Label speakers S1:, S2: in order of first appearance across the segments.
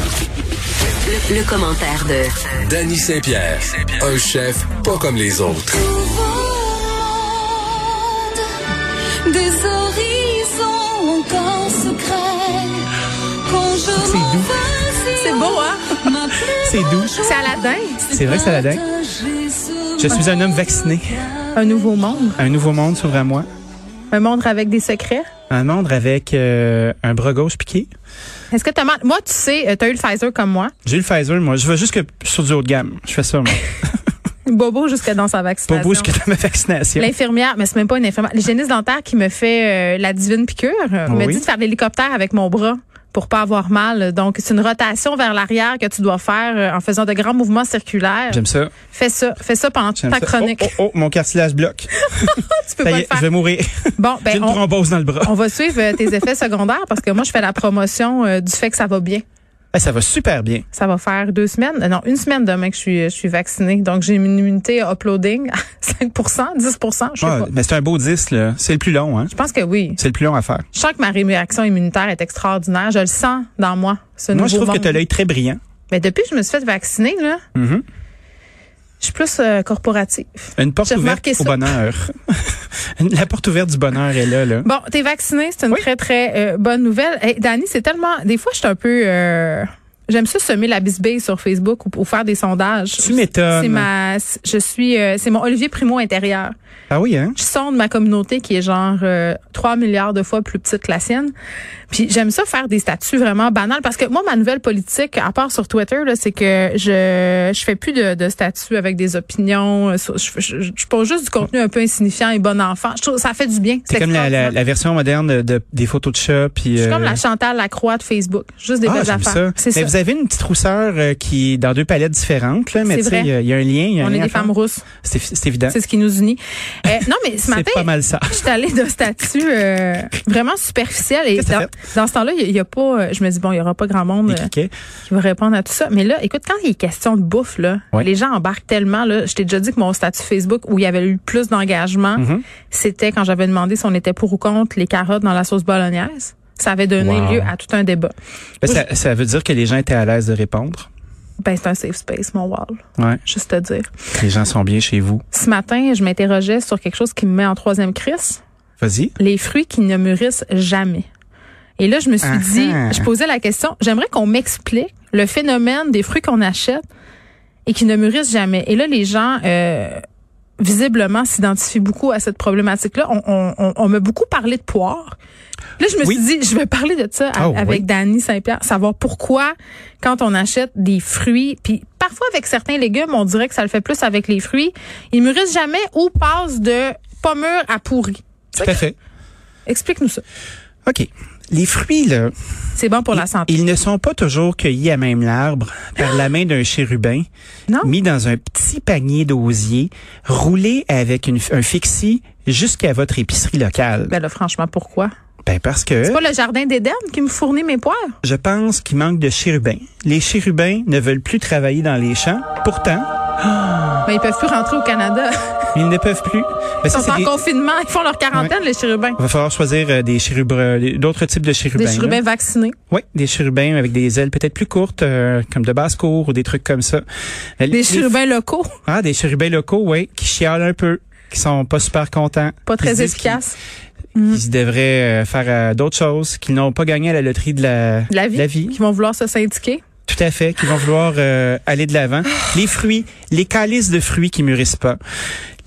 S1: Le, le commentaire de
S2: Danny Saint-Pierre, un chef pas comme les autres.
S3: Vendre Des horizons encore secrets. Quand je
S4: C'est
S3: m'en
S4: doux.
S3: vais,
S5: C'est beau, hein?
S3: ma plus
S4: C'est doux.
S5: C'est Aladdin.
S4: C'est vrai que c'est la dingue.
S3: lointain, j'ai ce
S4: Je suis un homme vacciné.
S5: Un nouveau monde.
S4: Un nouveau monde s'ouvre à moi.
S5: Un monde avec des secrets.
S4: Un monde avec euh, un bras gauche piqué.
S5: Est-ce que t'as man- Moi, tu sais, euh, t'as eu le Pfizer comme moi.
S4: J'ai eu le Pfizer, moi. Je vais jusque sur du haut de gamme. Je fais ça, moi.
S5: Bobo jusque dans sa
S4: Pas
S5: vaccination.
S4: beau ce que t'as ma vaccination.
S5: L'infirmière, mais c'est même pas une infirmière. L'hygiéniste dentaire qui me fait euh, la divine piqûre euh, me
S4: Oui.
S5: dit de faire de l'hélicoptère avec mon bras pour pas avoir mal. Donc, c'est une rotation vers l'arrière que tu dois faire euh, en faisant de grands mouvements circulaires.
S4: J'aime ça.
S5: Fais ça. Fais ça pendant toute
S4: J'aime
S5: ta
S4: ça. Oh,
S5: chronique.
S4: oh, oh, mon cartilage bloque.
S5: Tu
S4: Ça
S5: peux pas
S4: y
S5: le
S4: est, je
S5: faire.
S4: vais mourir.
S5: Bon,
S4: J'ai
S5: ben,
S4: une
S5: on,
S4: thrombose dans le bras.
S5: on va suivre euh, tes effets secondaires parce que moi, je fais la promotion euh, du fait que ça va bien.
S4: Eh, ça va super bien.
S5: Ça va faire deux semaines, euh, non, une semaine demain que je suis, je suis vaccinée. Donc, j'ai une immunité à uploading à 5 10 je sais
S4: Ah,
S5: pas.
S4: mais c'est un beau 10, là. C'est le plus long, hein.
S5: Je pense que oui.
S4: C'est le plus long à faire.
S5: Je sens que ma réaction immunitaire est extraordinaire. Je le sens dans moi, ce
S4: Moi, je
S5: nouveau
S4: trouve que
S5: monde.
S4: t'as l'œil très brillant.
S5: Mais depuis que je me suis fait vacciner, là,
S4: Mhm.
S5: je suis plus euh, corporative.
S4: Une porte
S5: J'ai
S4: ouverte
S5: remarqué
S4: au
S5: ça.
S4: bonheur. La porte ouverte du bonheur est là, là.
S5: Bon, t'es vacciné, c'est une
S4: Oui.
S5: très, très euh, bonne nouvelle. Hey, Dani, c'est tellement... Des fois, je suis un peu... euh, J'aime ça semer la bisbille sur Facebook ou, ou faire des sondages.
S4: Tu m'étonnes.
S5: C'est ma, je suis, euh, c'est mon Olivier Primo intérieur.
S4: Ah oui, hein?
S5: je sonde ma communauté qui est genre euh, 3 milliards de fois plus petite que la sienne. Puis j'aime ça faire des statuts vraiment banals parce que moi, ma nouvelle politique, à part sur Twitter, là, c'est que je je fais plus de, de statuts avec des opinions. euh, sur- Je, je, je pose juste du contenu un peu insignifiant et bon enfant. Je trouve ça fait du bien.
S4: C'est comme la, la-
S5: extraordinaire.
S4: la version moderne de, de- des photos de chats. Puis,
S5: Je suis
S4: euh,
S5: comme la Chantal Lacroix de Facebook. Juste des
S4: ah,
S5: belles
S4: j'aime
S5: affaires.
S4: ça.
S5: C'est
S4: Mais
S5: ça.
S4: vous avez une petite rousseur euh, qui est dans deux palettes différentes, là. Mais
S5: C'est
S4: tu sais,
S5: vrai.
S4: il y a- il y, a un lien. il y a un
S5: On
S4: lien
S5: est
S4: à
S5: des
S4: faire.
S5: femmes rousses.
S4: C'est c'est évident.
S5: C'est ce qui nous unit. Euh, non, mais ce
S4: C'est
S5: matin,
S4: pas mal ça.
S5: Je suis allée d'un statut euh, vraiment superficiel et
S4: Qu'est-ce que t'as
S5: dans, dans ce temps-là, il y a- il y, a pas. euh, Je me dis bon, il y aura pas grand monde
S4: Des
S5: euh,
S4: criquets.
S5: qui va répondre à tout ça. Mais là, écoute, quand il est question de bouffe là,
S4: Ouais.
S5: les gens embarquent tellement là. Je t'ai déjà dit que mon statut Facebook où il y avait eu le plus d'engagement,
S4: Mhm.
S5: c'était quand j'avais demandé si on était pour ou contre les carottes dans la sauce bolognaise. Ça avait donné
S4: Wow.
S5: lieu à tout un débat.
S4: Ben, ça, ça veut dire que les gens étaient à l'aise de répondre.
S5: Ben c'est un safe space, mon wall.
S4: Ouais.
S5: Juste te dire.
S4: Les gens sont bien chez vous.
S5: Ce matin, je m'interrogeais sur quelque chose qui me met en troisième crise.
S4: Vas-y.
S5: les fruits qui ne mûrissent jamais. Et là, je me suis
S4: Ah
S5: dit,
S4: ah.
S5: je posais la question, j'aimerais qu'on m'explique le phénomène des fruits qu'on achète et qui ne mûrissent jamais. Et là, les gens, euh, visiblement, s'identifient beaucoup à cette problématique-là. On, on, on, on m'a beaucoup parlé de poire. Là, je me
S4: Oui.
S5: suis dit, je vais parler de ça a-
S4: Oh, oui.
S5: avec Dany Saint-Pierre, savoir pourquoi, quand on achète des fruits, puis parfois avec certains légumes, on dirait que ça le fait plus avec les fruits, ils mûrissent jamais ou passent de pas mûrs à pourris.
S4: Tout à fait.
S5: Explique-nous ça.
S4: OK. Les fruits, là,
S5: C'est bon pour la santé.
S4: ils ne sont pas toujours cueillis à même l'arbre par la main d'un chérubin,
S5: Non.
S4: mis dans un petit panier d'osier, roulé avec une- un fixie jusqu'à votre épicerie locale.
S5: Ben là, franchement, pourquoi?
S4: Ben parce que
S5: C'est pas le jardin d'Éden qui me fournit mes poires?
S4: je pense qu'il manque de chérubins. Les chérubins ne veulent plus travailler dans les champs. Pourtant,
S5: Mais Ben, ils peuvent plus rentrer au Canada.
S4: ils ne peuvent plus. Ben,
S5: Ils
S4: ça,
S5: sont
S4: c'est
S5: en
S4: des-
S5: confinement. Ils font leur quarantaine, les chérubins.
S4: Il va falloir choisir euh, des chérubins, d'autres types de chérubins.
S5: Des
S4: là.
S5: chérubins vaccinés.
S4: Oui, des chérubins avec des ailes peut-être plus courtes, euh, comme de basse cour ou des trucs comme ça. Mais les-
S5: Des chérubins locaux.
S4: Ah, des chérubins locaux, oui, qui chialent un peu, qui sont pas super contents.
S5: Pas
S4: Qui
S5: très
S4: se disent
S5: efficaces. Mm.
S4: Qu'ils qu'ils devraient euh, faire euh, d'autres choses, qu'ils n'ont pas gagné à la loterie de la,
S5: De la vie.
S4: de la vie.
S5: Qui vont vouloir se syndiquer.
S4: Tout à fait, qu'ils vont vouloir euh, aller de l'avant. Les fruits, les calices de fruits qui mûrissent pas.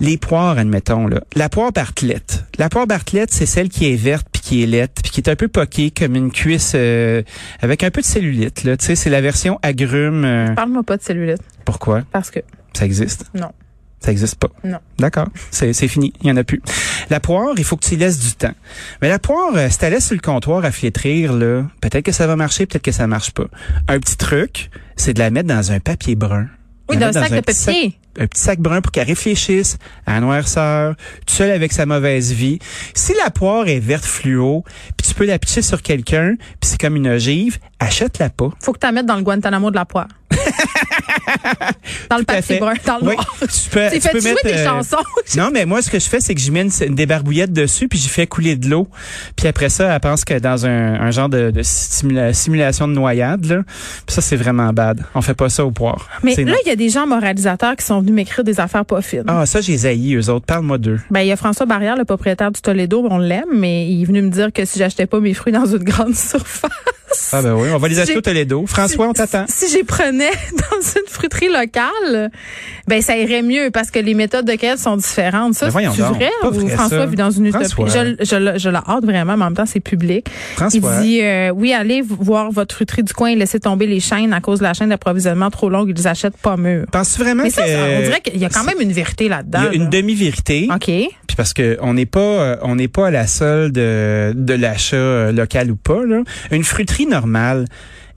S4: Les poires, admettons, là. La poire Bartlett. La poire Bartlett, c'est celle qui est verte puis qui est lette puis qui est un peu poquée comme une cuisse euh, avec un peu de cellulite, là. Tu sais, c'est la version agrume. euh,
S5: Parle-moi pas de cellulite.
S4: pourquoi?
S5: Parce que.
S4: Ça existe?
S5: Non.
S4: Ça existe pas?
S5: Non.
S4: D'accord. C'est c'est fini. Il y en a plus. La poire, il faut que tu y laisses du temps. Mais la poire, euh, si tu la laisses sur le comptoir à flétrir, là, peut-être que ça va marcher, peut-être que ça marche pas. Un petit truc, c'est de la mettre dans un papier brun.
S5: Oui,
S4: La
S5: d'un
S4: mettre
S5: sac de
S4: petit
S5: papier.
S4: un petit sac brun pour qu'elle réfléchisse à la noirceur, toute seule avec sa mauvaise vie. Si la poire est verte fluo, puis tu peux la pitcher sur quelqu'un, puis c'est comme une ogive, achète-la pas.
S5: Faut que tu la mettes dans le Guantanamo de la poire. Dans le
S4: Tout à
S5: papier
S4: fait.
S5: brun, dans le
S4: Oui.
S5: noir.
S4: Tu peux,
S5: T'es
S4: tu
S5: fait
S4: peux
S5: jouer
S4: mettre,
S5: des
S4: euh,
S5: chansons.
S4: Non, mais moi, ce que je fais, c'est que j'y mets une, une débarbouillette dessus, puis j'y fais couler de l'eau. Puis après ça, elle pense que dans un, un genre de, de simula- simulation de noyade, là. Puis ça, c'est vraiment bad. On fait pas ça au poire.
S5: Mais
S4: C'est
S5: là,
S4: non.
S5: il y a des gens moralisateurs qui sont venus m'écrire des affaires pas fines.
S4: Ah, ça, j'ai haï, eux autres. Parle-moi d'eux.
S5: Ben, il y a François Barrière, le propriétaire du Toledo, on l'aime, mais il est venu me dire que si j'achetais pas mes fruits dans une grande surface.
S4: Ah, ben oui, on va les acheter
S5: J'ai-
S4: au Toledo. François, on t'attend.
S5: Si j'y prenais dans une fruiterie locale, ben ça irait mieux parce que les méthodes de cueillette sont différentes. Ça,
S4: Mais
S5: c'est
S4: Ben, voyons donc,
S5: vrai
S4: pas
S5: ou
S4: vrai,
S5: François
S4: ça.
S5: vit dans une utopie?
S4: François.
S5: Je, je, le- je la hâte vraiment, mais en même temps, c'est public.
S4: François.
S5: Il dit, euh, oui, allez voir votre fruiterie du coin et laissez tomber les chaînes à cause de la chaîne d'approvisionnement trop longue. Ils les achètent pas mûrs.
S4: Penses-tu vraiment
S5: Mais
S4: que...
S5: ça, ça, on dirait qu'il y a quand même une vérité là-dedans.
S4: Il y a une
S5: là.
S4: demi-vérité.
S5: OK.
S4: Puis parce que on n'est pas euh, on n'est pas à la solde de, de l'achat euh, local ou pas là. Une fruiterie normale,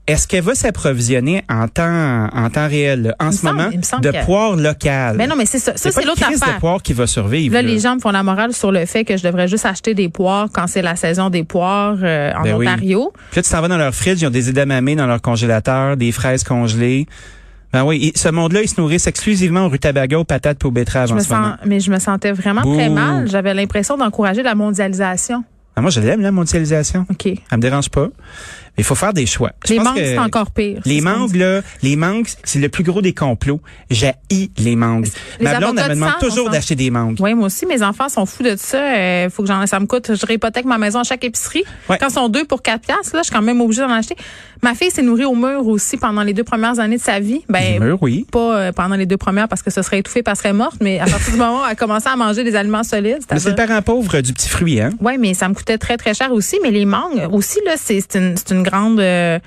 S4: est-ce qu'elle va s'approvisionner en temps en temps réel là, en
S5: me
S4: ce
S5: semble- il me
S4: moment
S5: semble
S4: de
S5: que-
S4: poire locale
S5: Mais Ben non, mais c'est ça. Ça,
S4: pas
S5: c'est
S4: une
S5: l'autre
S4: crise
S5: affaire.
S4: de poire qui va survivre.
S5: Là, les gens me font la morale sur le fait que je devrais juste acheter des poires quand c'est la saison des poires euh, en
S4: Ben oui.
S5: Ontario.
S4: Puis là, tu t'en vas dans leur fridge, ils ont des edamame dans leur congélateur, des fraises congelées. Ben oui, et ce monde-là, ils se nourrissent exclusivement aux rutabagas, aux patates, puis aux betteraves
S5: Je
S4: en
S5: me
S4: ce moment.
S5: sens, mais je me sentais vraiment
S4: Bouh.
S5: très mal. J'avais l'impression d'encourager la mondialisation.
S4: Ah, moi, je l'aime la mondialisation.
S5: OK.
S4: Elle me dérange pas. Mais il faut faire des choix. Je
S5: les
S4: pense
S5: manques,
S4: que-
S5: c'est encore pire. C'est
S4: Les
S5: ce qu'on
S4: mangues,
S5: dit.
S4: là, les mangues, c'est le plus gros des complots. J'haïs les mangues.
S5: Les
S4: Ma blonde,
S5: avocats
S4: elle me
S5: de hein?
S4: demande
S5: sang,
S4: toujours
S5: on
S4: d'acheter des mangues.
S5: Oui, moi aussi, mes enfants sont fous de ça. Euh, faut que j'en ça me coûte. Je réhypothèque ma maison à chaque épicerie.
S4: Ouais.
S5: Quand ils sont deux pour quatre piastres, là, je suis quand même obligée d'en acheter. Ma fille s'est nourrie au mur aussi pendant les deux premières années de sa vie. Ben,
S4: Les murs, oui.
S5: pas euh, pendant les deux premières parce que ce serait étouffé, parce qu'elle serait morte, mais à partir du moment où elle commençait à manger des aliments solides,
S4: Mais c'est le parent pauvre euh, du petit fruit, hein?
S5: Oui, mais ça me coûtait très, très cher aussi. Mais les mangues aussi, là, c'est c'est une, c'est une grande. euh,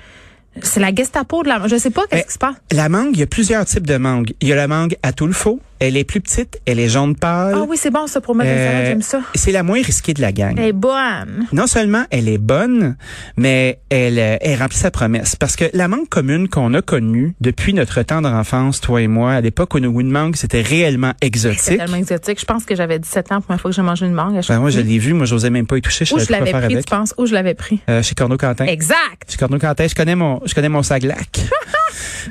S5: c'est la Gestapo de la. Je sais pas qu'est-ce
S4: Ben,
S5: qui se passe.
S4: La mangue, il y a plusieurs types de mangue. Il y a la mangue à tout le faux. Elle est plus petite, elle est jaune pâle.
S5: Ah oui, c'est bon, ça, pour mettre une
S4: Euh,
S5: salade, j'aime ça. Eh.
S4: C'est la moins risquée de la gang.
S5: Elle est bonne.
S4: Non seulement elle est bonne, mais elle, euh, elle remplit sa promesse. Parce que la mangue commune qu'on a connue depuis notre tendre enfance, toi et moi, à l'époque où nous, une mangue, c'était réellement
S5: C'est
S4: exotique.
S5: tellement exotique. Je pense que j'avais 17 ans la première fois que j'ai mangé une mangue.
S4: Ben, moi, je l'ai vu, moi, j'osais même pas y toucher. Je
S5: Où
S4: savais
S5: je
S4: pas quoi
S5: l'avais
S4: faire
S5: pris,
S4: avec.
S5: tu penses? Où je l'avais pris?
S4: Euh, chez Corneau Quentin.
S5: Exact.
S4: C'est Corneau Quentin. Je connais mon, je connais mon saglac.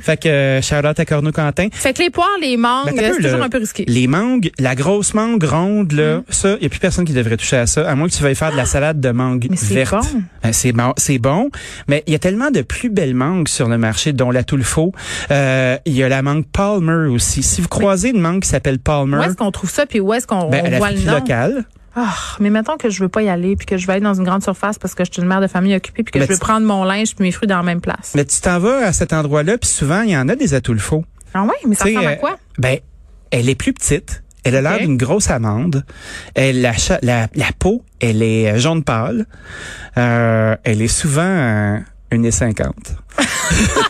S4: fait que, euh, shout out à Corneau Quentin.
S5: Fait que les poires, les mangues,
S4: Ben, t'as peu,
S5: c'est
S4: là.
S5: toujours un peu risqué. Mm.
S4: Les mangues, la grosse mangue ronde, là, ça, il a plus personne qui devrait toucher à ça, à moins que tu veuilles faire de la salade de mangue
S5: Ah! Mais c'est
S4: verte.
S5: bon.
S4: Ben, c'est bon, c'est bon, mais il y a tellement de plus belles mangues sur le marché, dont la Toulefaux. Euh, Il y a la mangue Palmer aussi. Si vous croisez une mangue qui s'appelle Palmer,
S5: Où est-ce qu'on trouve ça puis où est-ce qu'on
S4: ben,
S5: on
S4: à la
S5: voit le
S4: fruiterie
S5: nom?
S4: locale,
S5: Ah, mais mettons que je veux pas y aller puis que je vais aller dans une grande surface parce que je suis une mère de famille occupée puis que
S4: Ben,
S5: je veux
S4: tu-
S5: prendre mon linge puis mes fruits dans la même place.
S4: mais tu t'en vas à cet endroit-là, puis souvent, il y en a des à Toulefaux.
S5: Ah ouais, mais ça
S4: Tu sais,
S5: ressemble à
S4: euh,
S5: quoi?
S4: Ben, elle est plus petite. Elle a l'air
S5: Ok.
S4: d'une grosse amande. Elle, la, cha- la, la peau, elle est euh, jaune pâle. Euh, elle est souvent euh, une et cinquante.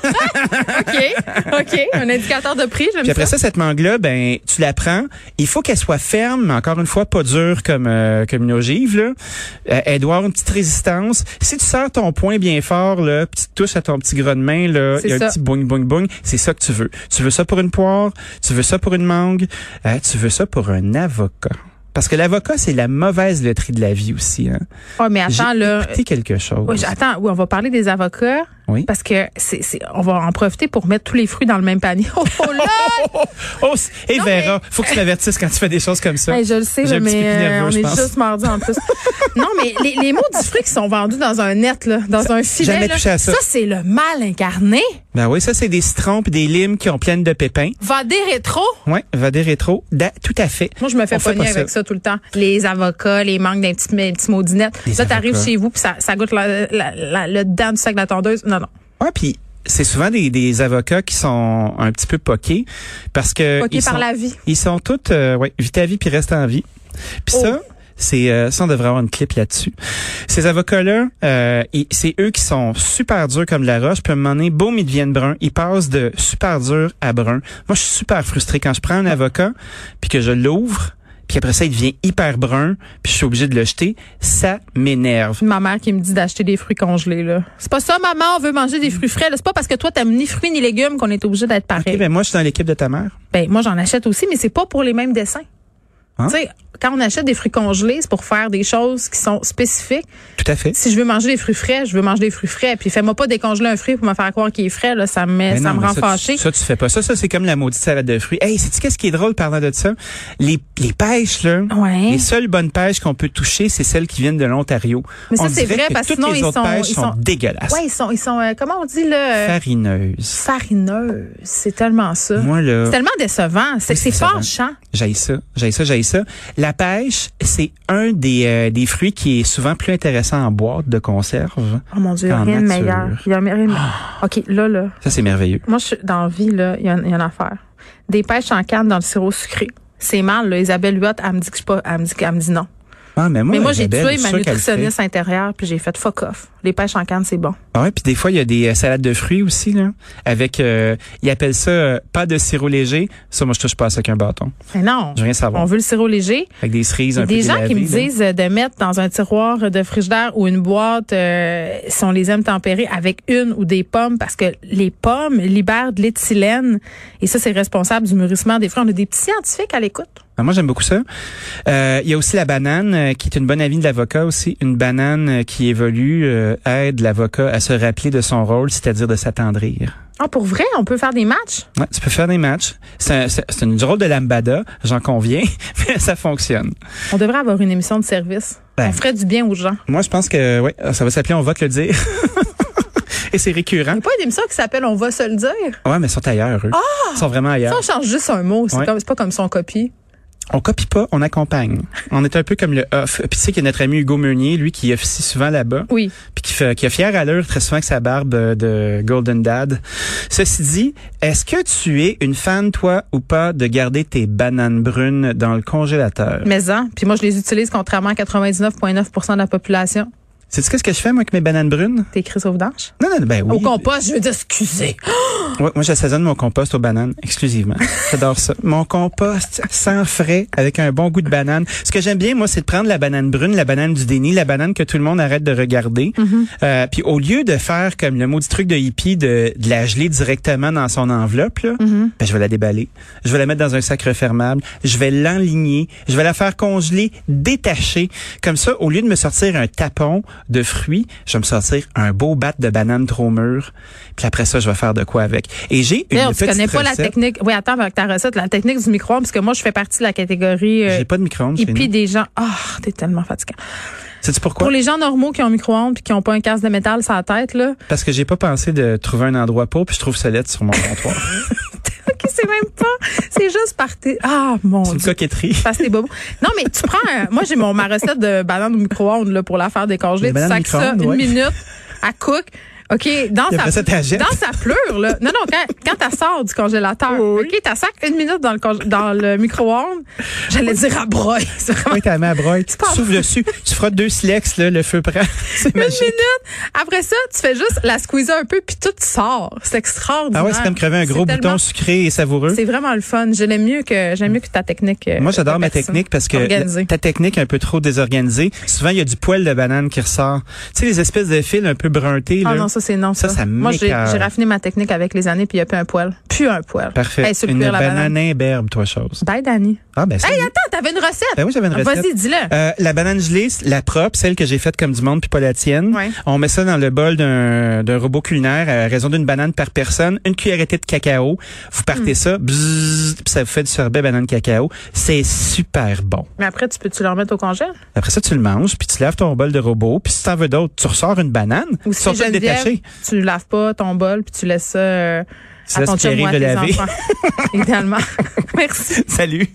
S5: OK, OK, un indicateur de prix, j'aime
S4: Puis après
S5: ça.
S4: ça, cette mangue-là, ben, tu la prends. Il faut qu'elle soit ferme, mais encore une fois, pas dure comme, euh, comme une ogive. Là. Euh, elle doit avoir une petite résistance. Si tu sers ton poing bien fort, là, puis tu touches à ton petit gras de main, là,
S5: C'est
S4: il y a
S5: ça.
S4: un petit boing, boing, boing. C'est ça que tu veux. Tu veux ça pour une poire, tu veux ça pour une mangue, euh, tu veux ça pour un avocat. Parce que l'avocat, c'est la mauvaise loterie de la vie aussi. Hein.
S5: Ouais, mais
S4: J'ai
S5: attends, là.
S4: écouté quelque chose.
S5: Oui, j- attends, oui, on va parler des avocats.
S4: Oui.
S5: Parce que c'est, c'est- on va en profiter pour mettre tous les fruits dans le même panier. Oh là!
S4: Oh, c- et
S5: Non,
S4: Vera, faut que tu m'avertisses quand tu fais des choses comme ça.
S5: Hey, je le sais,
S4: J'ai un
S5: mais
S4: petit pipi
S5: euh,
S4: nerveux,
S5: on
S4: je
S5: est
S4: pense.
S5: juste mardi en plus. non, mais les, les mots du fruit qui sont vendus dans un net, là, dans un filet.
S4: jamais
S5: là,
S4: touché à ça.
S5: c'est le mal incarné.
S4: Ben oui, ça, c'est des citrons pis des limes qui ont pleines de pépins.
S5: Va des rétro.
S4: Ouais, Vadé Rétro, da- tout à fait.
S5: Moi, je me fais
S4: On fait
S5: pogner
S4: pas
S5: avec ça. tout le temps. Les avocats, les mangues d'un petit, mes petits maudinettes.
S4: Les
S5: Là, t'arrives
S4: avocats.
S5: chez vous, puis ça, ça goûte la- la- la- le dedans du sac de la tondeuse. Non, non.
S4: Ouais, puis c'est souvent des, des avocats qui sont un petit peu poqués parce que
S5: OK
S4: Euh, ils
S5: par
S4: sont,
S5: la vie.
S4: ils sont tous euh, ouais, vite à vie puis reste en vie. Puis
S5: Oh.
S4: ça c'est euh, ça on devrait avoir une clip là-dessus. Ces avocats là, c'est eux qui sont super durs comme de la roche, puis à un moment donné, boum, ils deviennent bruns, ils passent de super dur à brun. Moi, je suis super frustré quand je prends un avocat puis que je l'ouvre, puis après ça il devient hyper brun, puis je suis obligé de le jeter, ça m'énerve.
S5: Puis ma mère qui me dit d'acheter des fruits congelés là. C'est pas ça maman, on veut manger des fruits frais. là. C'est pas parce que toi t'aimes ni fruits ni légumes
S4: Eh ben-
S5: qu'on est obligé d'être pareil.
S4: OK, ben moi je suis dans l'équipe de ta mère.
S5: ben moi j'en achète aussi mais c'est pas pour les mêmes dessins.
S4: Hein?
S5: Tu sais, quand on achète des fruits congelés, c'est pour faire des choses qui sont spécifiques.
S4: Tout à fait.
S5: Si je veux manger des fruits frais, je veux manger des fruits frais. Puis fais-moi pas décongeler un fruit pour me faire croire qu'il est frais. Là, ça me, met-
S4: Mais Ben
S5: ça
S4: non,
S5: me
S4: mais
S5: rend
S4: ça,
S5: fâchée.
S4: Tu, ça, tu fais pas ça. Ça, c'est comme la maudite salade de fruits. Hey, sais-tu qu'est-ce qui est drôle parlant de ça? Les, les pêches, là.
S5: Ouais.
S4: Les seules bonnes pêches qu'on peut toucher, c'est celles qui viennent de l'Ontario.
S5: Mais ça,
S4: On
S5: c'est
S4: dirait
S5: vrai,
S4: que
S5: parce que
S4: toutes
S5: sinon,
S4: les
S5: ils
S4: autres
S5: sont-
S4: pêches
S5: ils
S4: sont,
S5: sont-
S4: dégueulasses.
S5: Ouais, ils sont, ils sont, euh, comment on dit là, euh,
S4: Farineuses.
S5: farineux. C'est tellement ça.
S4: Moi, là.
S5: Euh, C'est tellement décevant. C'est
S4: Oui, c'est
S5: c'est
S4: décevant.
S5: fâchant.
S4: J'aille ça, j'aille ça, j'aille ça. La pêche, c'est un des, euh, des fruits qui est souvent plus intéressant en boîte de conserve.
S5: Oh mon Dieu,
S4: En
S5: rien de
S4: nature.
S5: meilleur. Il y a rien de-
S4: Ah.
S5: OK, là, là.
S4: Ça, c'est merveilleux.
S5: Moi, je suis dans la vie, là, il y, a il y a une affaire. Des pêches en canne dans le sirop sucré. C'est mal, là. Isabelle Huot, elle me dit que je suis pas, elle me dit, elle me dit non.
S4: Ah, mais moi,
S5: Mais moi, j'ai
S4: Isabelle,
S5: tué
S4: je suis
S5: ma
S4: sûr qu'elle le fait.
S5: nutritionniste intérieure, puis j'ai fait fuck off. Les pêches en canne, c'est bon.
S4: Ah ouais, puis des fois il y a des euh, salades de fruits aussi là, avec euh, ils appellent ça euh, pas de sirop léger. Ça moi je touche pas à ça qu'un bâton.
S5: Mais non.
S4: Je veux rien
S5: On
S4: savoir.
S5: veut le sirop léger.
S4: Avec des cerises
S5: Il y
S4: un
S5: a
S4: peu
S5: des gens qui me
S4: délavées, là.
S5: disent euh, de mettre dans un tiroir de frigidaire ou une boîte, euh, si on les aime tempérés, avec une ou des pommes, parce que les pommes libèrent de l'éthylène. Et ça, c'est responsable du mûrissement des fruits. On a des petits scientifiques à l'écoute.
S4: Ah, moi j'aime beaucoup ça. Euh, Il y a aussi la banane euh, qui est une bonne amie de l'avocat aussi, une banane euh, qui évolue euh, aide l'avocat à se rappeler de son rôle, c'est-à-dire de s'attendrir.
S5: Ah, pour vrai, on peut faire des matchs?
S4: Ouais, tu peux faire des matchs. C'est un- c'est- c'est une drôle de lambada, j'en conviens, mais ça fonctionne.
S5: On devrait avoir une émission de service.
S4: Ben.
S5: On ferait du bien aux gens.
S4: Moi je pense que ouais, ça va s'appeler on va te le dire. Et c'est récurrent.
S5: Il n'y a pas une émission qui s'appelle On va se le dire.
S4: Ouais, mais ils sont ailleurs eux. Ils sont vraiment ailleurs.
S5: Ah! Ça, on change juste un mot. C'est
S4: Ouais.
S5: comme- c'est pas comme si on copie.
S4: On copie pas, on accompagne. On est un peu comme le off. Puis tu sais qu'il y a notre ami Hugo Meunier, lui, qui officie souvent là-bas,
S5: Oui.
S4: puis qui, fait, qui a fier allure très souvent avec sa barbe euh, de Golden Dad. Ceci dit, est-ce que tu es une fan, toi, ou pas, de garder tes bananes brunes dans le congélateur?
S5: Mais en. Puis moi, je les utilise contrairement à 99,9 de la population.
S4: Sais-tu qu'est-ce que je fais, moi, avec mes bananes brunes?
S5: T'es écrit sauve
S4: Non, non, ben oui.
S5: Au compost, je veux dire, excusez.
S4: Ouais, moi, j'assaisonne mon compost aux bananes exclusivement. J'adore ça. Mon compost sans frais, avec un bon goût de banane. Ce que j'aime bien, moi, c'est de prendre la banane brune, la banane du déni, la banane que tout le monde arrête de regarder. Euh, puis au lieu de faire comme le maudit truc de hippie, de, de la geler directement dans son enveloppe, là,
S5: Mm-hmm.
S4: ben, je vais la déballer. Je vais la mettre dans un sac refermable. Je vais l'enligner. Je vais la faire congeler, détacher. Comme ça, au lieu de me sortir un tapon de fruits, je vais me sortir un beau bat de banane trop mûre. Puis après ça, je vais faire de quoi avec. Et j'ai une
S5: D'ailleurs, tu
S4: petite
S5: connais pas la
S4: recette.
S5: technique. Oui, attends, avec ta recette, la technique du micro-ondes, parce que moi, je fais partie de la catégorie euh,
S4: J'ai pas de micro-ondes chez
S5: hippie
S4: nous.
S5: des gens. Ah, t'es tellement fatiguant.
S4: Sais-tu pourquoi?
S5: Pour les gens normaux qui ont un micro-ondes puis qui ont pas un casque de métal sur la tête, là,
S4: Parce que j'ai pas pensé de trouver un endroit pour, puis je trouve ça lettre sur mon comptoir.
S5: OK, c'est même pas. C'est juste par tes. Ah, mon
S4: C'est une
S5: Dieu.
S4: coquetterie.
S5: Parce que t'es bobo. Non, mais tu prends. un- moi, j'ai mon, ma recette de banane au micro-ondes, là, pour la faire décongeler.
S4: Les
S5: Tu
S4: bananes
S5: sacs ça
S4: micro-ondes,
S5: une
S4: ouais.
S5: minute à cook. OK, dans
S4: Et après
S5: sa,
S4: ça, t'achètes.
S5: dans sa pleure, là. Non, non, quand, quand t'as sort du congélateur,
S4: Oui, oui.
S5: OK, t'as sac une minute dans le, congé- dans le micro-ondes. J'allais dire à broye. C'est vraiment
S4: Oui, ta main à broye. Tu
S5: pars.
S4: souffles dessus. Tu frottes deux silex, là, le feu prend. C'est
S5: une
S4: magique.
S5: minute. Après ça, tu fais juste la squeezer un peu, puis tout sort. C'est extraordinaire.
S4: Ah ouais, c'est comme crever un
S5: C'est
S4: gros
S5: tellement-
S4: bouton sucré et savoureux.
S5: C'est vraiment le fun. Je l'aime mieux que j'aime mieux que ta technique. euh,
S4: Moi, j'adore
S5: de
S4: ma
S5: personne.
S4: technique parce que
S5: Organisée.
S4: la- ta technique est un peu trop désorganisée. Souvent, il y a du poil de banane qui ressort. Tu sais, les espèces de fils un peu bruntés.
S5: Ah
S4: là.
S5: non, ça c'est non. Ça,
S4: hein. Ça, ça
S5: Moi, j'ai
S4: m'écoeure.
S5: j'ai raffiné ma technique avec les années, puis il n'y a plus un poil. Plus un poil.
S4: Parfait.
S5: Hey, sur le
S4: une
S5: cuir, la
S4: banane,
S5: banane.
S4: imberbe, toi, chose.
S5: Bye, Dani.
S4: Ah, ben ça.
S5: Hey, attends, t'avais une recette.
S4: Ben oui, j'avais une recette.
S5: Vas-y, dis-le.
S4: Euh, la banane gelée, la propre, celle que j'ai faite comme du monde puis pas la tienne.
S5: Ouais.
S4: On met ça dans le bol d'un d'un robot culinaire à raison d'une banane par personne, une cuillerée de cacao. Vous
S5: Hmm.
S4: partez ça, bzzz, puis ça vous fait du sorbet banane cacao. C'est super bon.
S5: Mais après, tu peux-tu le remettre au congèle?
S4: Après ça, tu le manges, puis tu laves ton bol de robot, puis si t'en veux d'autres, tu ressors une banane,
S5: Ou si
S4: sans te le
S5: Geneviève,
S4: détacher.
S5: Tu laves pas ton bol, puis tu laisses ça euh,
S4: Tu
S5: à
S4: laisses
S5: ton chum ou à
S4: Pierre-Yves le
S5: tes
S4: laver.
S5: enfants. Idéalement. Merci.
S4: Salut.